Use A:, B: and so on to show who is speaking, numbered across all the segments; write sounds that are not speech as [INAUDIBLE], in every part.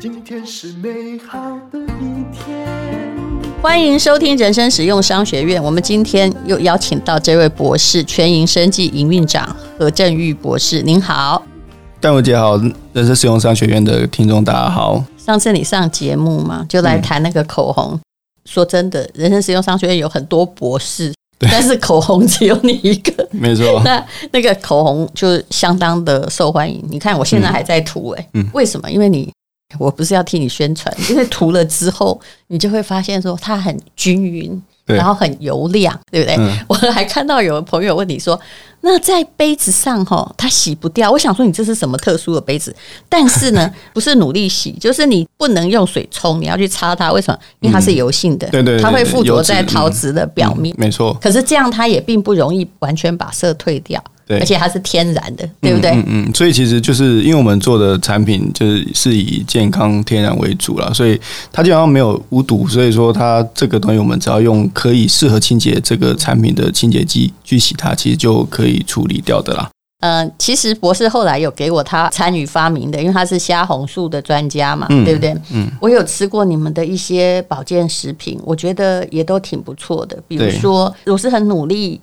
A: 今天是美好的一天。
B: 欢迎收听人生实用商学院。我们今天又邀请到这位博士，全银生技营运长何振玉博士，您好。
C: 戴文姐好，呃人生实用商学院的听众大家好。
B: 上次你上节目嘛，就来谈那个口红。说真的，人生实用商学院有很多博士，但是口红只有你一个。，
C: 没 [LAUGHS]
B: [LAUGHS]
C: 错
B: 那那个口红就相当的受欢迎。你看我现在还在涂哎、
C: 嗯
B: 为什么？因为你我不是要替你宣传，
C: [LAUGHS]
B: 因为涂了之后，你就会发现说它很均匀，
C: 对
B: 然后很油亮，对不对？
C: 嗯
B: 我还看到有朋友问你说，那在杯子上哈，它洗不掉。我想说你这是什么特殊的杯子？但是
C: [LAUGHS]
B: 呢，不是努力洗，就是你不能用水冲，你要去擦它。为什么？因为它是油性的，
C: 嗯对对对
B: 它会附
C: 油
B: 着
C: 脂
B: 在
C: 嗯
B: 陶瓷的表面。
C: 嗯没错，
B: 可是这样它也并不容易完全把色退掉，
C: 对
B: 而且它是天然的，对不对？
C: 嗯嗯，所以其实就是因为我们做的产品就是是以健康天然为主啦，所以它基本上没有无毒，所以说它这个东西我们只要用可以适合清洁这个产品的清洁剂去洗它，其实就可以处理掉的啦。
B: 呃，其实博士后来有给我他参与发明的，因为他是虾红素的专家嘛，对不对？嗯，我有吃过你们的一些保健食品，我觉得也都挺不错的。比如
C: 对
B: 说，我是很努力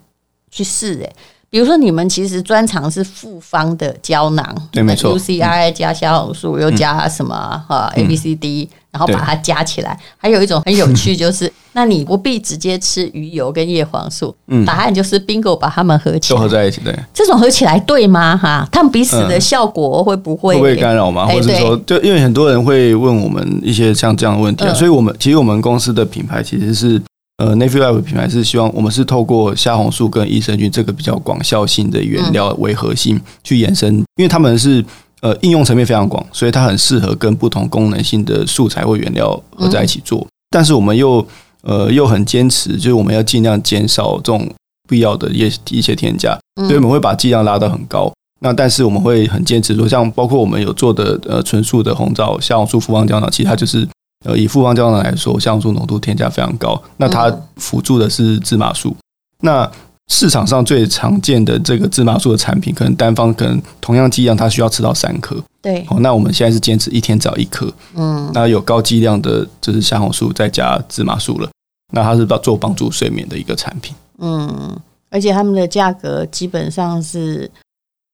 B: 去试诶、比如说你们其实专长是复方的胶囊，
C: 对没错嗯
B: u C I 加虾红素，又加什么啊哈 A B C D，然后
C: 对
B: 把它加起来。还有一种很有趣，就是 [LAUGHS] 那你不必直接吃鱼油跟叶黄素，答案就是 bingo 把它们合起
C: 嗯都
B: 来
C: 合。在一起，对，
B: 这种合起来对吗？哈，他们彼此的效果会不会、
C: 嗯会不会干扰嘛？
B: 哎
C: 或者说，就因为很多人会问我们一些像这样的问题啊，
B: 嗯
C: 所以我们其实我们公司的品牌其实是呃 n a v y Lab 品牌是希望我们是透过虾红素跟益生菌这个比较广效性的原料
B: 嗯
C: 为核心去延伸，因为他们是。呃，应用层面非常广，所以它很适合跟不同功能性的素材或原料合在一起做。
B: 嗯
C: 但是我们又呃又很坚持，就是我们要尽量减少这种必要的一些一些添加，
B: 嗯
C: 所以我们会把剂量拉到很高。那但是我们会很坚持说，像包括我们有做的呃纯素的红枣、虾红素复方胶囊，其实它就是呃以复方胶囊来说，虾红素浓度添加非常高。那它
B: 嗯
C: 辅助的是芝麻素。那市场上最常见的这个芝麻素的产品，可能单方可能同样剂量，它需要吃到三颗。
B: 对？
C: 哦，那我们现在是坚持一天只要一颗。
B: 嗯，
C: 那有高剂量的就是虾红素再加芝麻素了。那它是帮做帮助睡眠的一个产品。
B: 嗯，而且他们的价格基本上是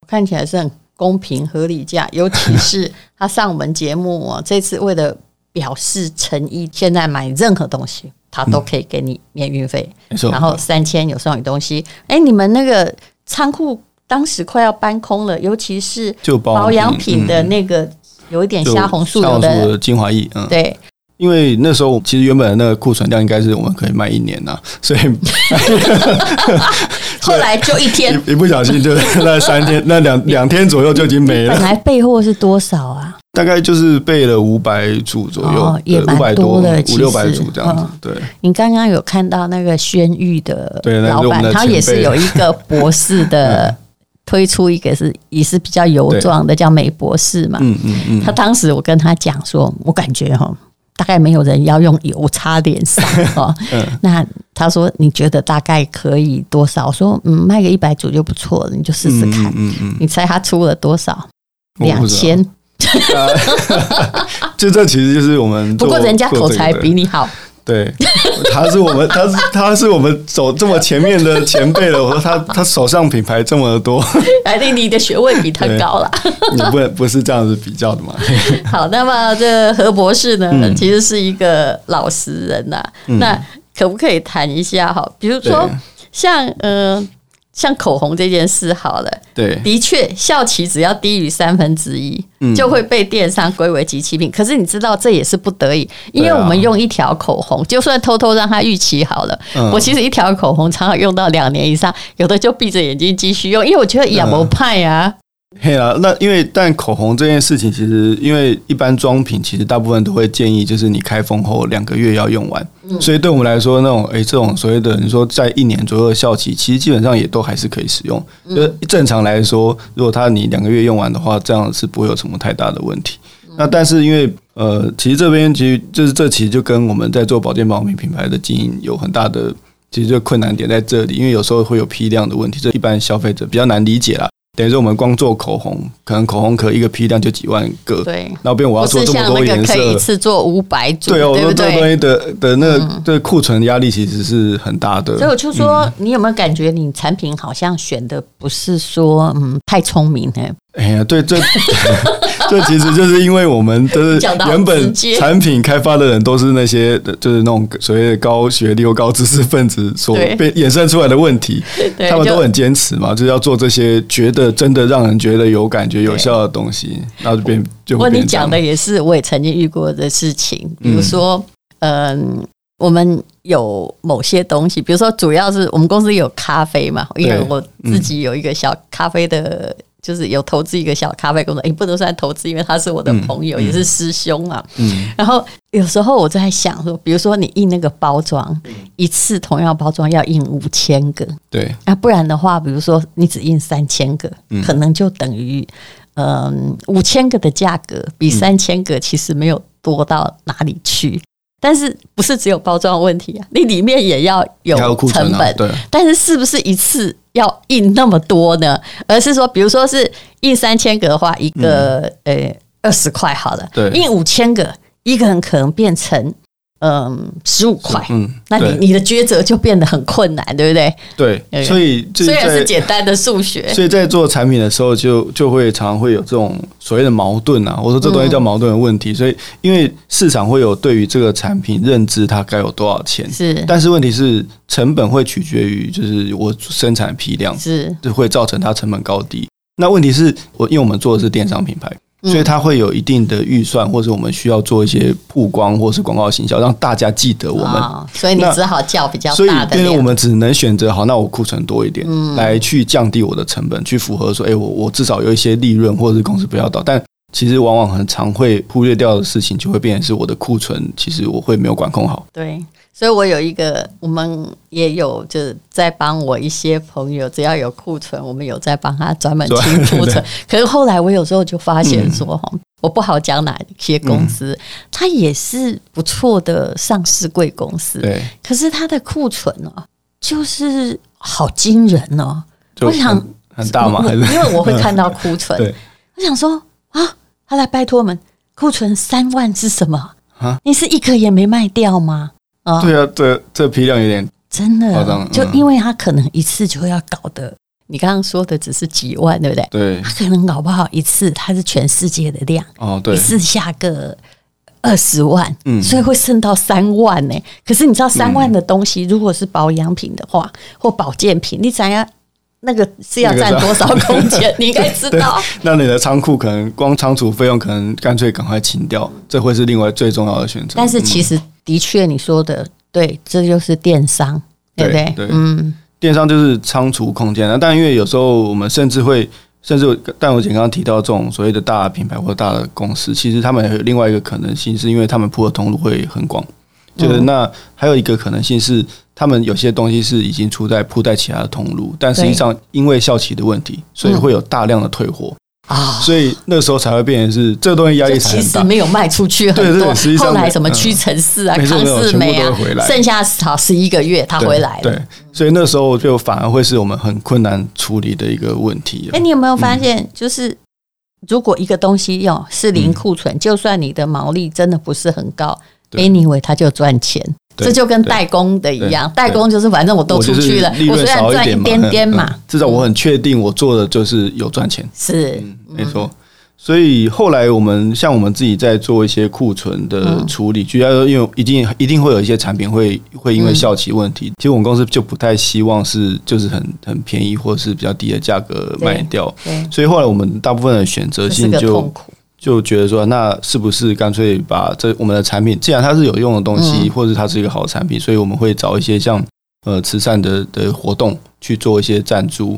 B: 看起来是很公平合理价，尤其
C: [LAUGHS]
B: 是他上我们节目哦，这次为了表示诚意，现在买任何东西他都可以给你免运费，
C: 没错。
B: 然后三千有送你东西。哎，你们那个仓库当时快要搬空了，尤其是
C: 就嗯保
B: 保养品的那个有一点
C: 就
B: 哎虾红素
C: 虾
B: 有
C: 红素
B: 的。
C: 的精华液，嗯，
B: 对，
C: 因为那时候其实原本的那个库存量应该是我们可以卖一年呐、啊 [LAUGHS] 所以
B: [LAUGHS] 后来就一天。
C: 一一不小心就那三
B: [LAUGHS]
C: 天、那两两天左右就已经没
B: 本
C: 了，
B: 来备货是多少啊？
C: 大概就是备了五百组左
B: 哦
C: 右，
B: 也
C: 对
B: 蛮
C: 五百
B: 多的其
C: 五
B: 实
C: 六百组这样子
B: 嗯，
C: 对，
B: 你刚刚有看到那个轩玉的
C: 对那是
B: 老
C: 我们
B: 板，
C: 的
B: 他也
C: 前
B: 是
C: 辈
B: 有一个博士
C: [LAUGHS]
B: 的推出一个是也是比较油状的，叫美博士嘛。
C: 嗯嗯嗯，
B: 他当时我跟他讲说，我感觉哈、大概没有人要用油擦脸上
C: [LAUGHS]
B: 哦。
C: 嗯
B: 那他说你觉得大概可以多少？我说嗯，卖个一百组就不错了，你就试试看。
C: 嗯嗯嗯
B: 你猜他出了多少？
C: 我
B: 两
C: 不知道 [LAUGHS]
B: 千。
C: 嗯， [LAUGHS] 就这其实就是我们
B: 不
C: 做
B: 过人家口才
C: 做这个的
B: 比你好。
C: 对，他是我们，他是他是我们走这么前面的前辈了，我说他他手上品牌这么多，
B: 来，你你的学位比他高了。
C: [LAUGHS] 你不能不是这样子比较的嘛？
B: [LAUGHS] 好，那么这何博士呢，
C: 嗯
B: 其实是一个老实人呐、那可不可以谈一下哈？比如说
C: 对
B: 像呃。像口红这件事好了，
C: 对，
B: 的确，效期只要低于三分之一，
C: 嗯
B: 就会被电商归为集齐品。可是你知道，这也是不得已，因为
C: 对啊
B: 我们用一条口红，就算偷偷让它预期好了，
C: 嗯
B: 我其实一条口红常常用到两年以上，有的就闭着眼睛继续用，因为我觉得
C: 嗯
B: 也不派啊。
C: 嘿啦，那因为但口红这件事情，其实因为一般妆品，其实大部分都会建议，就是你开封后两个月要用完。所以对我们来说，那种诶、这种所谓的你说在一年左右的效期，其实基本上也都还是可以使用。
B: 嗯
C: 就是正常来说，如果它你两个月用完的话，这样是不会有什么太大的问题。那但是因为呃，其实这边其实就是这其实就跟我们在做保健保养品品牌的经营有很大的。其实就困难点在这里，因为有时候会有批量的问题，这一般消费者比较难理解啦。等于说我们光做口红，可能口红壳一个批量就几万个，
B: 对
C: 然后变我要
B: 不
C: 做
B: 是
C: 这么
B: 像
C: 多
B: 那
C: 颜
B: 个
C: 色
B: 可，以一次做五百组，
C: 对哦，我
B: 不
C: 说这个东
B: 对？嗯
C: 西的的那个对库存压力其实是很大的，
B: 所以我就
C: 嗯
B: 说，你有没有感觉你产品好像选的不是说嗯太聪明呢？
C: 哎呀，对，
B: [LAUGHS]
C: 这这其实就是因为我们就是
B: 讲得好
C: 原
B: 直
C: 本
B: 接
C: 产品开发的人都是那些就是那种所谓的高学历或高知识分子所
B: 对
C: 被衍生出来的问题，
B: 对
C: 他们
B: 就
C: 都很坚持嘛，就是要做这些觉得真的让人觉得有感觉、有效的东西，然后就变就
B: 不过
C: 会
B: 你
C: 变这
B: 讲
C: 样
B: 的。也是我也曾经遇过的事情，比如说，嗯、我们有某些东西，比如说主要是我们公司有咖啡嘛，因为
C: 对嗯
B: 我自己有一个小咖啡的，就是有投资一个小咖啡工作，也、不能算投资，因为他是我的朋友，也是师兄嘛。
C: 嗯，
B: 然后有时候我就在想说，比如说你印那个包装，
C: 嗯
B: 一次同样包装要印五千个，
C: 对，
B: 啊，不然的话，比如说你只印三千个，
C: 嗯
B: 可能就等于嗯五千个的价格，
C: 嗯
B: 比三千个其实没有多到哪里去。但是不是只有包装的问题啊？你里面也要有
C: 还有库存
B: 成
C: 啊
B: 本，
C: 对
B: 但是是不是一次要印那么多呢？而是说，比如说是印三千个的话，一个呃二十块好了，
C: 嗯对
B: 印五千个，一个人可能变成嗯十五块，
C: 嗯，
B: 那
C: 对
B: 你你的抉择就变得很困难，对不对？对
C: 对，所以就
B: 虽然
C: 在
B: 是简单的数学，
C: 所以在做产品的时候就，就会常常会有这种所谓的矛盾啊，我说这东西叫矛盾的问
B: 嗯
C: 题。所以，因为市场会有对于这个产品认知，它该有多少钱，
B: 是
C: 但是问题是成本会取决于就是我生产批量，
B: 是
C: 就会造成它成本高低。那问题是我因为我们做的是电商品牌，
B: 嗯
C: 所以它会有一定的预算，或者我们需要做一些曝光或是广告行销，让大家记得我们。
B: 哦，所以你
C: 那
B: 只好叫比较
C: 所以
B: 大的
C: 变成我
B: 量。嗯
C: 们只能选择好，那我库存多一点，来去降低我的成本，去符合说，哎、我我至少有一些利润，或者是公司不要倒。但其实往往很常会忽略掉的事情，就会变成是我的库存，其实我会没有管控好。
B: 对，所以我有一个，我们也有就是在帮我一些朋友，只要有库存，我们有在帮他专门
C: 对
B: 清库存。可是后来我有时候就发
C: 嗯
B: 现说，哈、我不好讲哪些公司，它也是不错的上市贵公司，
C: 对，
B: 可是它的库存哦，就是好惊人哦。
C: 就
B: 我想
C: 很很大嘛，
B: 我
C: 还是
B: [LAUGHS] 因为我会看到库存，
C: [LAUGHS] 对
B: 我想说啊，他来拜托我们，库存三万是什么？
C: 啊
B: 你是一颗也没卖掉吗？啊、
C: [LAUGHS] 对啊，这这批量有点
B: 真
C: 夸
B: 的
C: 张，
B: 就
C: 嗯
B: 因为他可能一次就要搞的，你刚刚说的只是几万，对不对？
C: 对
B: 他可能搞不好一次他是全世界的量，
C: 哦，
B: 一
C: 对，
B: 次下个二十万，
C: 嗯
B: 所以会剩到三万呢、可是你知道三万的东西，如果是保养品的话，或保健品，你想要那个是要
C: 那个
B: 占
C: 是
B: 多少空
C: [LAUGHS]
B: 间？你应该知
C: 对
B: 道。，
C: 那你的仓库可能光仓储费用可能干脆赶快清掉，这会是另外最重要的选择。
B: 但是
C: 嗯
B: 其实的确你说的对，这就是电商，对不对？
C: 对对
B: 嗯，
C: 电商就是仓储空间啊，但因为有时候我们甚至会，甚至但我姐刚刚提到这种所谓的大品牌或大的公司，其实他们还有另外一个可能性，是因为他们铺的通路会很广。就是那还有一个可能性是，他们有些东西是已经出在铺在其他的通路，但实际上因为效期的问题，所以会有大量的退货，
B: 啊、
C: 所以那时候才会变成是这个东西压
B: 就
C: 力才
B: 其
C: 很
B: 实
C: 大。
B: 没有卖出去很
C: 对
B: 多
C: 对实，际上
B: 后来
C: 没
B: 什么
C: 嗯
B: 屈臣氏啊、
C: 没错
B: 康
C: 没错
B: 士
C: 全部
B: 美
C: 都
B: 啊
C: 会回，来
B: 剩下好十一个月他
C: 对
B: 回来了。
C: 对，所以那时候就反而会是我们很困难处理的一个问题。
B: 哎、你有没有发现，就是如果一个东西用是零库存，就算你的毛利真的不是很高
C: 嗯对
B: ，anyway 它就赚钱。
C: 对
B: 这就跟代工的一样，
C: 对
B: 代工就是反正我都
C: 我
B: 出
C: 就是
B: 去了，
C: 利
B: 我虽
C: 润
B: 然
C: 少
B: 赚
C: 点
B: 一
C: 嘛
B: 点点嘛，
C: 嗯嗯至少我很确定我做的就是有赚钱，
B: 是
C: 没错。所以后来我们像我们自己在做一些库存的
B: 嗯
C: 处理，就要因为一定一定会有一些产品会会
B: 嗯
C: 因为效期问题，其实我们公司就不太希望是就是很很便宜或是比较低的价格卖掉，
B: 对，
C: 所以后来我们大部分的选择
B: 这是
C: 性
B: 个
C: 就
B: 痛苦。
C: 就觉得说，那是不是干脆把这我们的产品，既然它是有用的东
B: 嗯
C: 西，或者它是一个好产品，所以我们会找一些像呃慈善的的活动去做一些赞助。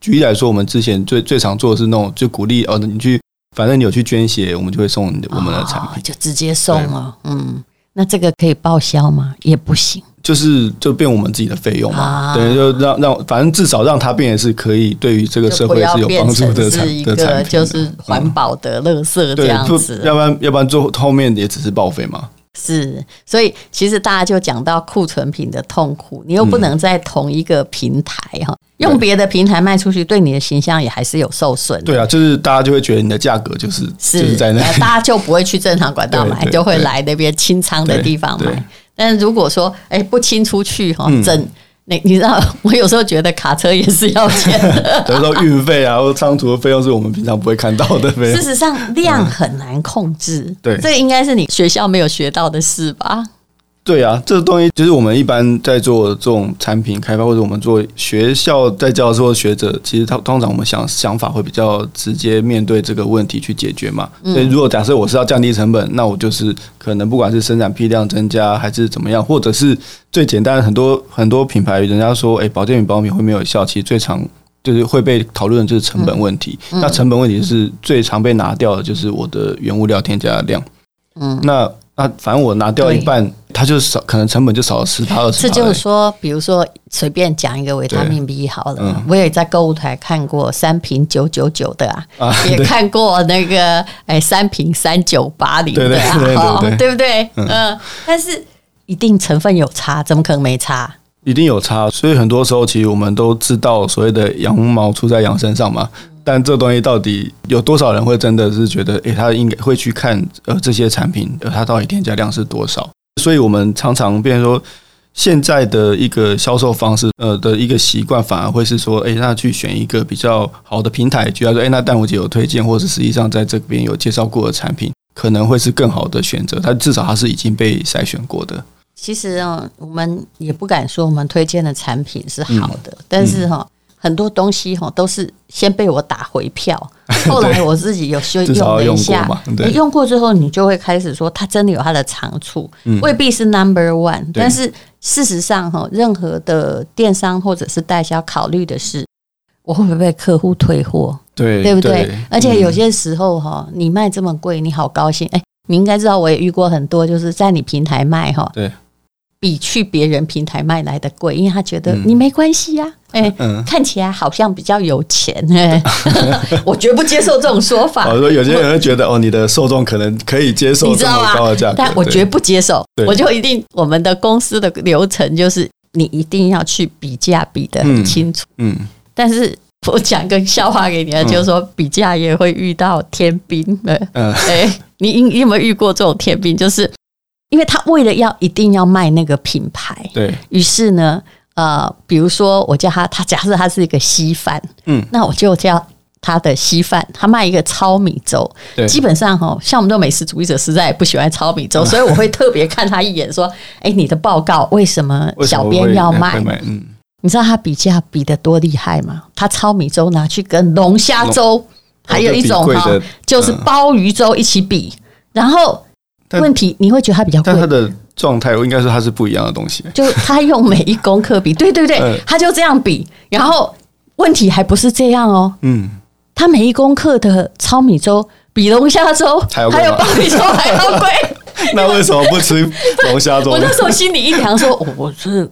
C: 举例来说，我们之前最最常做的是那种就鼓励哦，你去，反正你有去捐血，我们就会送你的我们的产
B: 哦
C: 品，
B: 就直接送了。嗯，那这个可以报销吗？也不行。
C: 就是就变我们自己的费用嘛，
B: 啊
C: 等于就让让，反正至少让它变得是可以对于这个社
B: 就不
C: 会
B: 要
C: 是有
B: 变
C: 帮助
B: 成
C: 的产
B: 是一
C: 的产
B: 个
C: 品，
B: 就是环保的垃圾这
C: 对，
B: 样
C: 不
B: 子。
C: 要不然要不然最后后面也只是报废嘛。
B: 是，所以其实大家就讲到库存品的痛苦，你又不能在同一个平台哈，
C: 嗯
B: 用别的平台卖出去，对你的形象也还是有受损的。
C: 对啊，就是大家就会觉得你的价格就是就
B: [LAUGHS]
C: 是在那
B: 呃
C: 里，
B: 大家就不会去正常管道
C: 对
B: 买，
C: 对
B: 就会
C: 对
B: 来那边清仓的
C: 对
B: 地方
C: 对嗯
B: 买。但是如果说，哎、不清出去哈，整你你知道，我有时候觉得卡车也是要钱
C: [LAUGHS]
B: 的。
C: 有时候运费啊或仓储的费用是我们平常不会看到的费用
B: 事。实上，量很难控制，
C: 嗯对
B: 这应该是你学校没有学到的事吧？
C: 对啊，这个东西就是我们一般在做这种产品开发，或者我们做学校在教授学者，其实他通常我们想想法会比较直接面对这个问题去解决嘛。所以如果假设我是要降低成本，那我就是可能不管是生产批量增加还是怎么样，或者是最简单的很多很多品牌，人家说哎、保健品保养品会没有效，其实最常。就是会被讨论的就是成
B: 嗯
C: 本问题，那成本问题是最常被拿掉的，就是我的原物料添加量。
B: 嗯，
C: 那那反正我拿掉一半，它就少，可能成本就少了十趴二十
B: 这
C: 趴。
B: 就是说，比如说随便讲一个维他命 B 好了，
C: 嗯
B: 我也在购物台看过三瓶九九九的啊，
C: 啊
B: [LAUGHS] 也
C: 对
B: 看过那个哎三瓶三九八零的啊，
C: 对对对对
B: 哦
C: 对
B: 不对？嗯、但是一定成分有差，怎么可能没差？
C: 一定有差，所以很多时候其实我们都知道所谓的羊毛出在羊身上嘛。但这东西到底有多少人会真的是觉得，诶、他应该会去看呃这些产品，呃，它到底添加量是多少？所以我们常常变成说，现在的一个销售方式，呃的一个习惯，反而会是说，诶、那去选一个比较好的平台，举例来说，诶、那淡如姐有推荐，或者实际上在这边有介绍过的产品，可能会是更好的选择。它至少它是已经被筛选过的。
B: 其实啊，我们也不敢说我们推荐的产品是好的，
C: 嗯
B: 但是哈、很多东西哈都是先被我打回
C: [LAUGHS]
B: 票，后来我自己有修
C: 至少要
B: 了一
C: 用过
B: 下
C: 嘛，对
B: 诶用过之后你就会开始说它真的有它的长处，
C: 嗯
B: 未必是 number one，但是事实上哈，任何的电商或者是代销考虑的是我会不会被客户退货，
C: 对
B: 对不对？而且有
C: 嗯
B: 些时候哈、你卖这么贵，你好高兴。哎，你应该知道，我也遇过很多，就是在你平台卖哈，
C: 对，
B: 比去别人平台卖来的贵，因为他觉得
C: 嗯
B: 你没关系呀、
C: [LAUGHS]
B: 哎、
C: 嗯
B: 看起来好像比较有钱，
C: [LAUGHS]
B: 哎，我绝不接受这种说 [LAUGHS] 法。
C: 哦，说有些人会觉得哦，你的受众可能可以接受
B: 你知
C: 这
B: 道
C: 么高的价
B: 吗
C: 格，？
B: 但我
C: 对
B: 绝不接受，
C: 对
B: 我就一定我们的公司的流程就是，你一定要去比价比得很
C: 嗯
B: 清楚。
C: 嗯，
B: 但是我讲个笑话给你啊，就是说比价也会遇到天兵，呃，[LAUGHS]
C: 嗯
B: 哎、你你你有没有遇过这种天兵？就是因为他为了要一定要卖那个品牌，
C: 对，
B: 于是呢，呃，比如说我叫他，他假设他是一个稀饭，
C: 嗯，
B: 那我就叫。他的稀饭，他卖一个糙米粥，
C: 对嗯
B: 基本上哈，像我们这种美食主义者，实在也不喜欢糙米粥，所以我会特别看他一眼，说：“哎、你的报告为什么
C: 为什
B: 小
C: 么会
B: 编要
C: 会
B: 卖？
C: 卖嗯，
B: 你知道他比价比得多厉害吗？他糙米粥拿去跟龙虾粥，还有一种
C: 就比
B: 哈
C: 贵的，
B: 就是
C: 嗯
B: 鲍鱼粥一起比。然后
C: 但
B: 问题你会觉得它比较贵
C: 但，它的状态应该说它是不一样的东西，
B: 就他用每一公克
C: [LAUGHS]
B: 比，对对对
C: 嗯，
B: 他就这样比。然后问题还不是这样哦，
C: 嗯， [LAUGHS]
B: 他每一公克的糙米粥比龙虾粥
C: 还要贵
B: 还有
C: 吗
B: 鲍鱼粥还要贵。
C: 那为什么不吃龙虾
B: [LAUGHS]
C: 粥
B: 我
C: 呢
B: 那？时候心里一凉，
C: [LAUGHS]
B: 说哦我我是。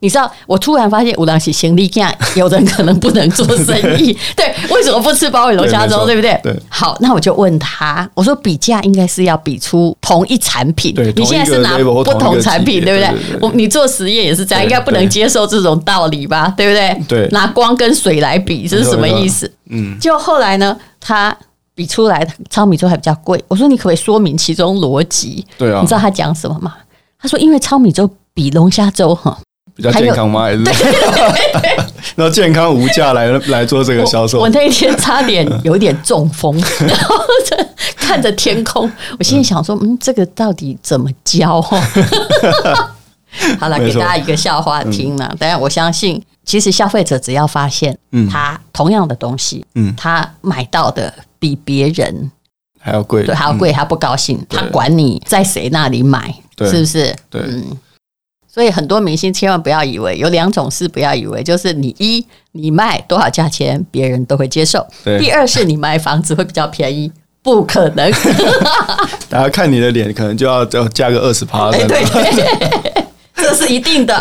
B: 你知道，我突然发现五郎喜行李架，有人可能不能做生意， [LAUGHS] 对，为什么不吃鲍鱼龙虾粥，对
C: 对
B: 不
C: 没错
B: 对？
C: 对
B: 好，那我就问他，我说比价应该是要比出同一产品，
C: 对
B: 你现在是拿
C: 同一个
B: 不
C: label 或同一
B: 同
C: 个
B: 产品，
C: 级别
B: 对不对？
C: 对对对
B: 我你做实验也是这样，
C: 对
B: 应该不能
C: 对
B: 接受这种道理吧，对不对？
C: 对
B: 拿光跟水来比，这是什么意思？
C: 嗯，
B: 就后来呢，他比出来的糙米粥还比较贵。我说你可不可以说明其中逻辑？
C: 对啊
B: 你知道他讲什么吗？他说因为糙米粥比龙虾粥哈，
C: 比较健康吗？还是
B: [LAUGHS]
C: 然后健康无价来来做这个销
B: 我
C: 售
B: 我，那一天差点有一点中风， [LAUGHS] 然后这看着天空，我心里想说，嗯，这个到底怎么教？哦 [LAUGHS] 好了，
C: 没
B: 给
C: 错
B: 大家一个笑话听了。当然，我相信，其实消费者只要发现，
C: 嗯
B: 他同样的东西，
C: 嗯
B: 他买到的比别人
C: 还要贵，
B: 对还要贵，他不高兴，他管你在谁那里买，
C: 嗯对
B: 是不是？
C: 对
B: 嗯。所以很多明星千万不要以为有两种事，不要以为就是你一你卖多少价钱，别人都会接受；
C: 嗯对
B: 第二是你买房子会比较便宜，不可
C: [LAUGHS]
B: 能。
C: 嗯，大家看你的脸，可能就要要加个二十趴，
B: 哎，对对，这是一定的。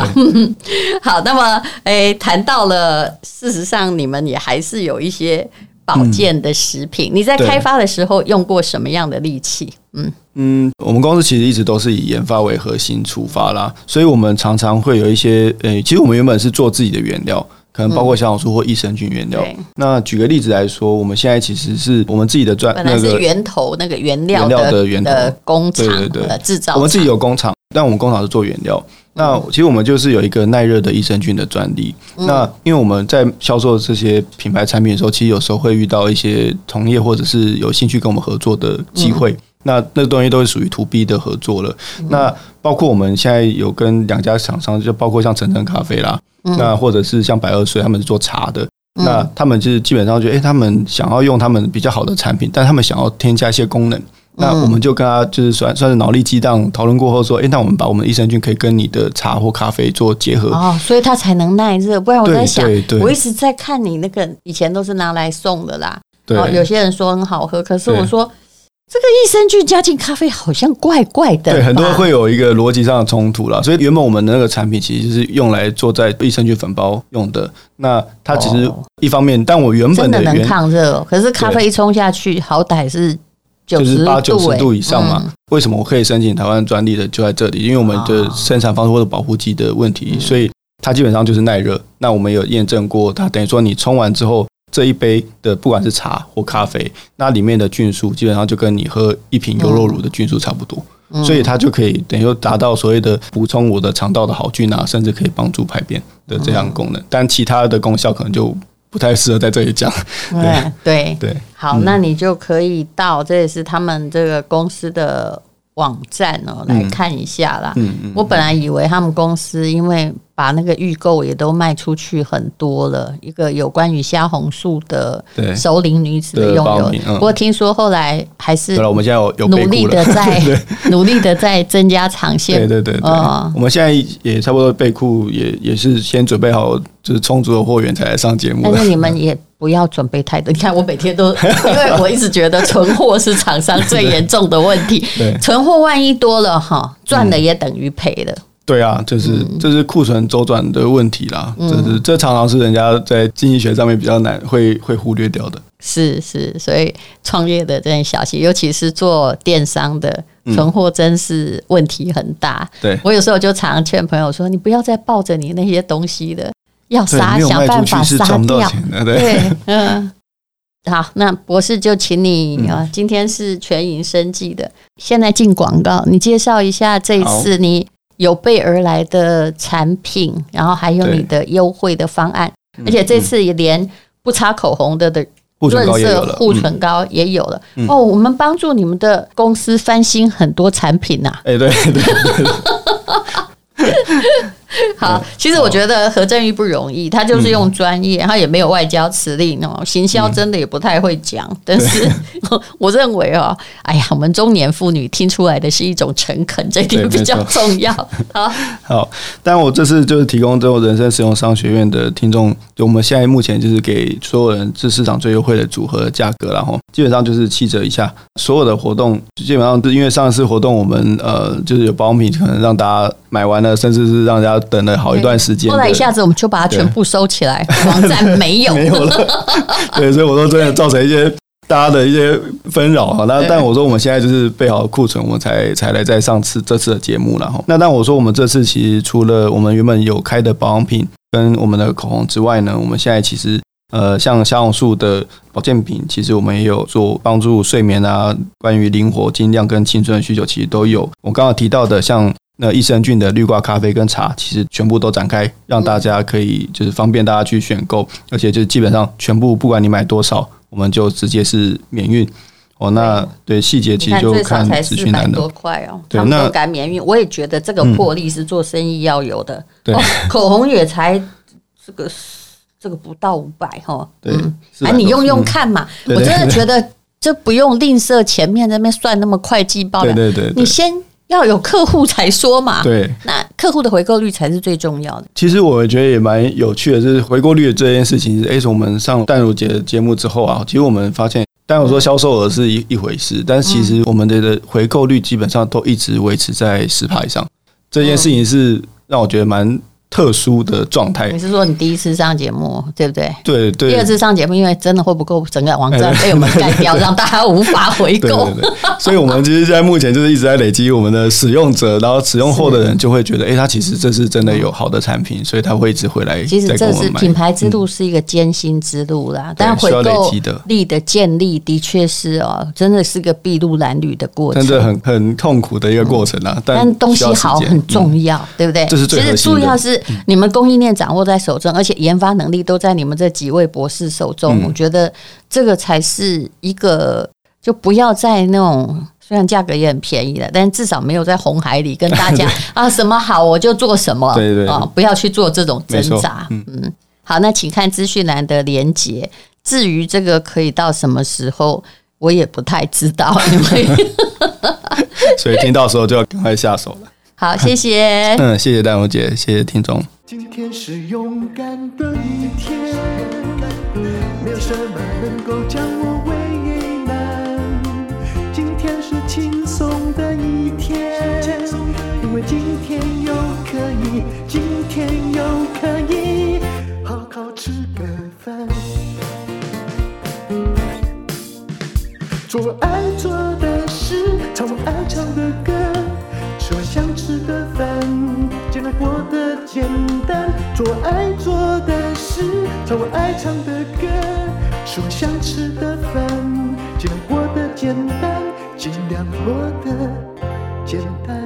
B: [LAUGHS] 好，那么哎，谈到了，事实上你们也还是有一些保健的食品，你在
C: 嗯对
B: 开发的时候用过什么样的力气？嗯，
C: 嗯，我们公司其实一直都是以研发为核心出发啦，所以我们常常会有一些，呃、其实我们原本是做自己的原料，可能包括小红书或益生菌原料。
B: 嗯对
C: 那举个例子来说，我们现在其实是我们自己的专
B: 本来
C: 呃那
B: 是
C: 个，
B: 源头那个原料
C: 原料的源头
B: 的工厂
C: 对对对
B: 呃制造厂，
C: 我们自己有工厂，但我们工厂是做原料。那其实我们就是有一个耐热的益生菌的专利。那因为我们在销售这些品牌产品的时候，其实有时候会遇到一些同业或者是有兴趣跟我们合作的机会。那那东西都是属于 to B 的合作了。那包括我们现在有跟两家厂商，就包括像晨晨咖啡啦，
B: 嗯
C: 那或者是像百二岁，他们是做茶的。那他们就是基本上就，诶，他们想要用他们比较好的产品，但他们想要添加一些功能。那
B: 嗯
C: 我们就跟他就是算算是脑力激荡讨论过后说，诶，那我们把我们的益生菌可以跟你的茶或咖啡做结合。
B: 哦，所以它才能耐热。不然我在想
C: 对对，对
B: 我一直在看你那个以前都是拿来送的啦。
C: 对，
B: 哦，有些人说很好喝，可是我
C: 对
B: 说这个益生菌加进咖啡好像怪怪的吧。
C: 对，很多会有一个逻辑上的冲突啦。所以原本我们的那个产品其实是用来做在益生菌粉包用的。那它只是
B: 哦
C: 一方面，但我原
B: 真
C: 本
B: 的
C: 的
B: 能
C: 原
B: 抗热、哦，可是咖啡一冲下去，好歹是九
C: 就是
B: 十
C: 八九
B: 度、
C: 十
B: 欸、
C: 度以上嘛。
B: 嗯哦
C: 为什么我可以申请台湾专利的就在这里？因为我们的生产方式或者保护机的问
B: 嗯
C: 题，所以它基本上就是耐热。那我们有验证过，它等于说你冲完之后。这一杯的不管是茶或咖啡，那里面的菌数基本上就跟你喝一瓶优酪乳的菌数差不多，
B: 嗯
C: 所以它就可以等于说达到所谓的补充我的肠道的好菌啊，甚至可以帮助排便的这样
B: 嗯
C: 功能。但其他的功效可能就不太适合在这里讲。
B: 对嗯对
C: 对，嗯
B: 好，那你就可以到，这也是他们这个公司的网站哦，来看一下啦。
C: 嗯嗯，
B: 我本来以为他们公司因为把那个预购也都卖出去很多了，一个有关于虾红素的
C: 对
B: 熟龄女子的
C: 的
B: 用
C: 报
B: 友
C: 名，嗯
B: 不过听说后来还是
C: 对了，我们现在有有
B: 努
C: 备顾
B: 力的
C: 了
B: 在
C: [LAUGHS] 对
B: 努力的在增加长线，
C: 对对对对，
B: 哦
C: 我们现在也差不多备库也也是先准备好，就是充足的货源才来上节目
B: 但
C: 了。
B: 是你们也不要准备太多。你看，我每天
C: [LAUGHS]
B: 都，因为我一直觉得存货是厂商最严重的问题
C: 对。
B: 存货万一多了哈，赚了也等于赔了。
C: 对啊，就是
B: 嗯
C: 这是库存周转的问题啦，这是这常常是人家在经济学上面比较难会会忽略掉的。
B: 是是，所以创业的真的小心，尤其是做电商的，存货真是问题很大。
C: 嗯对
B: 我有时候就常劝朋友说，你不要再抱着你那些东西了，要
C: 对，
B: 杀
C: 没有
B: 想
C: 卖
B: 办
C: 出
B: 法
C: 去是
B: 杀
C: 赚不到
B: 掉。
C: 钱的，对。 [LAUGHS]
B: 对，嗯。好，那博士就请
C: 嗯
B: 你啊，今天是全营生计的，现在进广告，你介绍一下这一次你有备而来的产品，然后还有
C: 对嗯
B: 你的优惠的方案，而且这次也连不擦口红的的
C: 护
B: 润
C: 唇膏也有
B: 色
C: 了，
B: 护
C: 嗯
B: 唇膏也有了。哦，我们帮助你们的公司翻新很多产品啊呐、
C: 哎、对对对对
B: [LAUGHS] 好，嗯其实我觉得何振玉不容易，他就是用专业，他也没有外交辞令哦，行销真的也不太会讲。但是 [LAUGHS] 我认为哦，哎呀，我们中年妇女听出来的是一种诚恳，这一点
C: 对
B: 比较
C: 没
B: 重要。 [LAUGHS] 好，
C: 好，但我这次就是提供这种人生实用商学院的听众，就我们现在目前就是给所有人是市场最优惠的组合的价格然后基本上就是七折以下。所有的活动基本上是因为上次活动我们呃就是有保养品，可能让大家买完了，甚至是让大家等了好一段时间的。
B: 后来一下子我们就把它全部收起来，网站没有。
C: 没有
B: [LAUGHS]
C: 了。对，所以我说真的造成一些大家的一些纷扰哈。那
B: 对
C: 但我说我们现在就是备好库存，我们才才来在上次这次的节目了哈。那但我说我们这次其实除了我们原本有开的保养品跟我们的口红之外呢，我们现在其实。呃，像虾红素的保健品，其实我们也有做帮助睡眠啊，关于灵活、精亮跟青春的需求，其实都有。我刚刚提到的，像那益生菌的绿挂咖啡跟茶，其实全部都展开，让大家可以就是方便大家去选购，而且就基本上全部不管你买多少，我们就直接是免运。哦，那对细节
B: 你
C: 其实
B: 看，
C: 就
B: 最少
C: 看
B: 才
C: 资
B: 四
C: 讯
B: 百
C: 栏
B: 多
C: 了。
B: 块哦，
C: 对
B: 他们都
C: 那
B: 敢免运，我也觉得这个魄力是做生意要有的。
C: 嗯对
B: 哦，口红也才这个这个不到五百哈，
C: 对，400
B: 哎，你
C: 多
B: 用用
C: 嗯
B: 看嘛，
C: 对
B: 我
C: 对
B: 真的
C: 对
B: 觉得这不用吝啬前面在那边哦算那么会计报表，
C: 对对对对
B: 你先要有客户才说嘛。
C: 对，
B: 那客户的回购率才是最重要的。
C: 其实我觉得也蛮有趣的，就是回购率这件事情。哎，从我们上淡如姐的节目之后啊，其实我们发现，当然我说销售额是一一回事，但其实我们的回购率基本上都一直维持在十趴以上。这件事情是让我觉得蛮特殊的状态
B: 你。是说你第一次上节目对不对？
C: 对对，
B: 嗯
C: 哎
B: 第二次上节目，因为真的会不够，整个网站被我们盖掉，让大家无法回
C: 对
B: 购
C: 对。对， [LAUGHS] 所以我们其实现在目前就是一直在累积我们的使用者，然后使用后的人就会觉得，哎、他其实这是真的有好的产品，所以他会一直回来
B: 其实
C: 再跟
B: 这
C: 我
B: 是
C: 们买。嗯
B: 品牌之路是一个艰辛之路啦，但
C: 对
B: 回
C: 需要累
B: 购
C: 积的
B: 力的建立的确是哦，真的是个筚路蓝缕的过程。
C: 真的很很痛苦的一个过程啊，
B: 嗯但东西
C: 需要时间嗯
B: 好很重要，对不对？
C: 这是最
B: 其
C: 核
B: 实
C: 心
B: 主
C: 的嗯
B: 要是你们供应链掌握在手中，而且研发能力都在你们这几位博士手
C: 嗯
B: 中。我觉得这个才是一个，就不要在那种。虽然价格也很便宜了，但至少没有在红海里跟
C: [LAUGHS]
B: 大家啊什么好我就做什么，
C: 对对
B: 啊、不要去做这种挣
C: 没错
B: 扎。嗯，好，那请看资讯栏的连接。至于这个可以到什么时候，我也不太知道，因为 [LAUGHS]
C: 嗯所以听到的时候就要赶快下手了。
B: 好，谢谢。
C: 嗯，谢谢戴荣姐，谢谢听众。
A: 今天是勇敢的一天，没有什么能够将我为难。今天是轻松的一天，因为今天又可以，今天又可以好好吃个饭，做我爱做的事，唱我爱唱的歌，吃我想吃的饭，尽量过得简单。做我爱做的事，唱我爱唱的歌，吃我想吃的饭，尽量过得简单，尽量过得简单。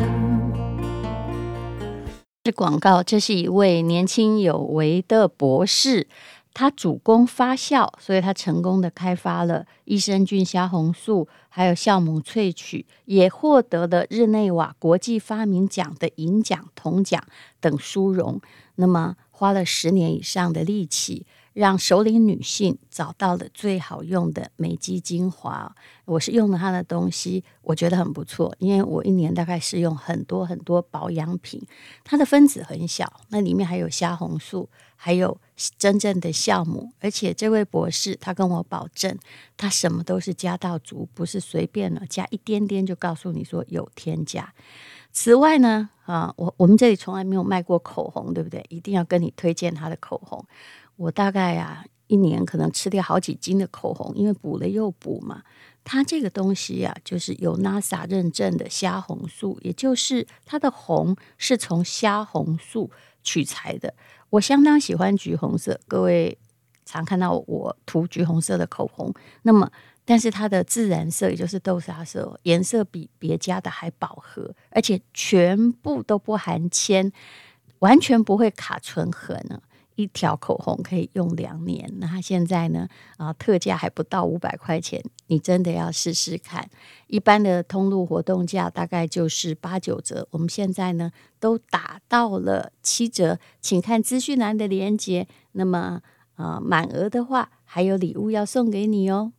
D: 是广告，这是一位年轻有为的博士，他主攻发酵，所以他成功的开发了益生菌虾红素，还有酵母萃取，也获得了日内瓦国际发明奖的银奖、铜奖等殊荣。那么花了十年以上的力气，让首领女性找到了最好用的美肌精华。我是用了他的东西，我觉得很不错，因为我一年大概是用很多很多保养品。它的分子很小，那里面还有虾红素，还有真正的酵母。而且这位博士他跟我保证，他什么都是加到足，不是随便的加一点点就告诉你说有添加。此外呢，啊，我我们这里从来没有卖过口红，对不对？一定要跟你推荐他的口红。我大概啊一年可能吃掉好几斤的口红，因为补了又补嘛。它这个东西呀、就是有 NASA 认证的虾红素，也就是它的红是从虾红素取材的。我相当喜欢橘红色，各位常看到我涂橘红色的口红。那么，但是它的自然色，也就是豆沙色，颜色比别家的还饱和，而且全部都不含铅，完全不会卡唇痕啊。一条口红可以用两年，那它现在呢？啊，特价还不到五百块钱，你真的要试试看。一般的通路活动价大概就是八九折，我们现在呢都打到了七折，请看资呃讯栏的链接。那么，啊，满额的话还有礼物要送给你哦。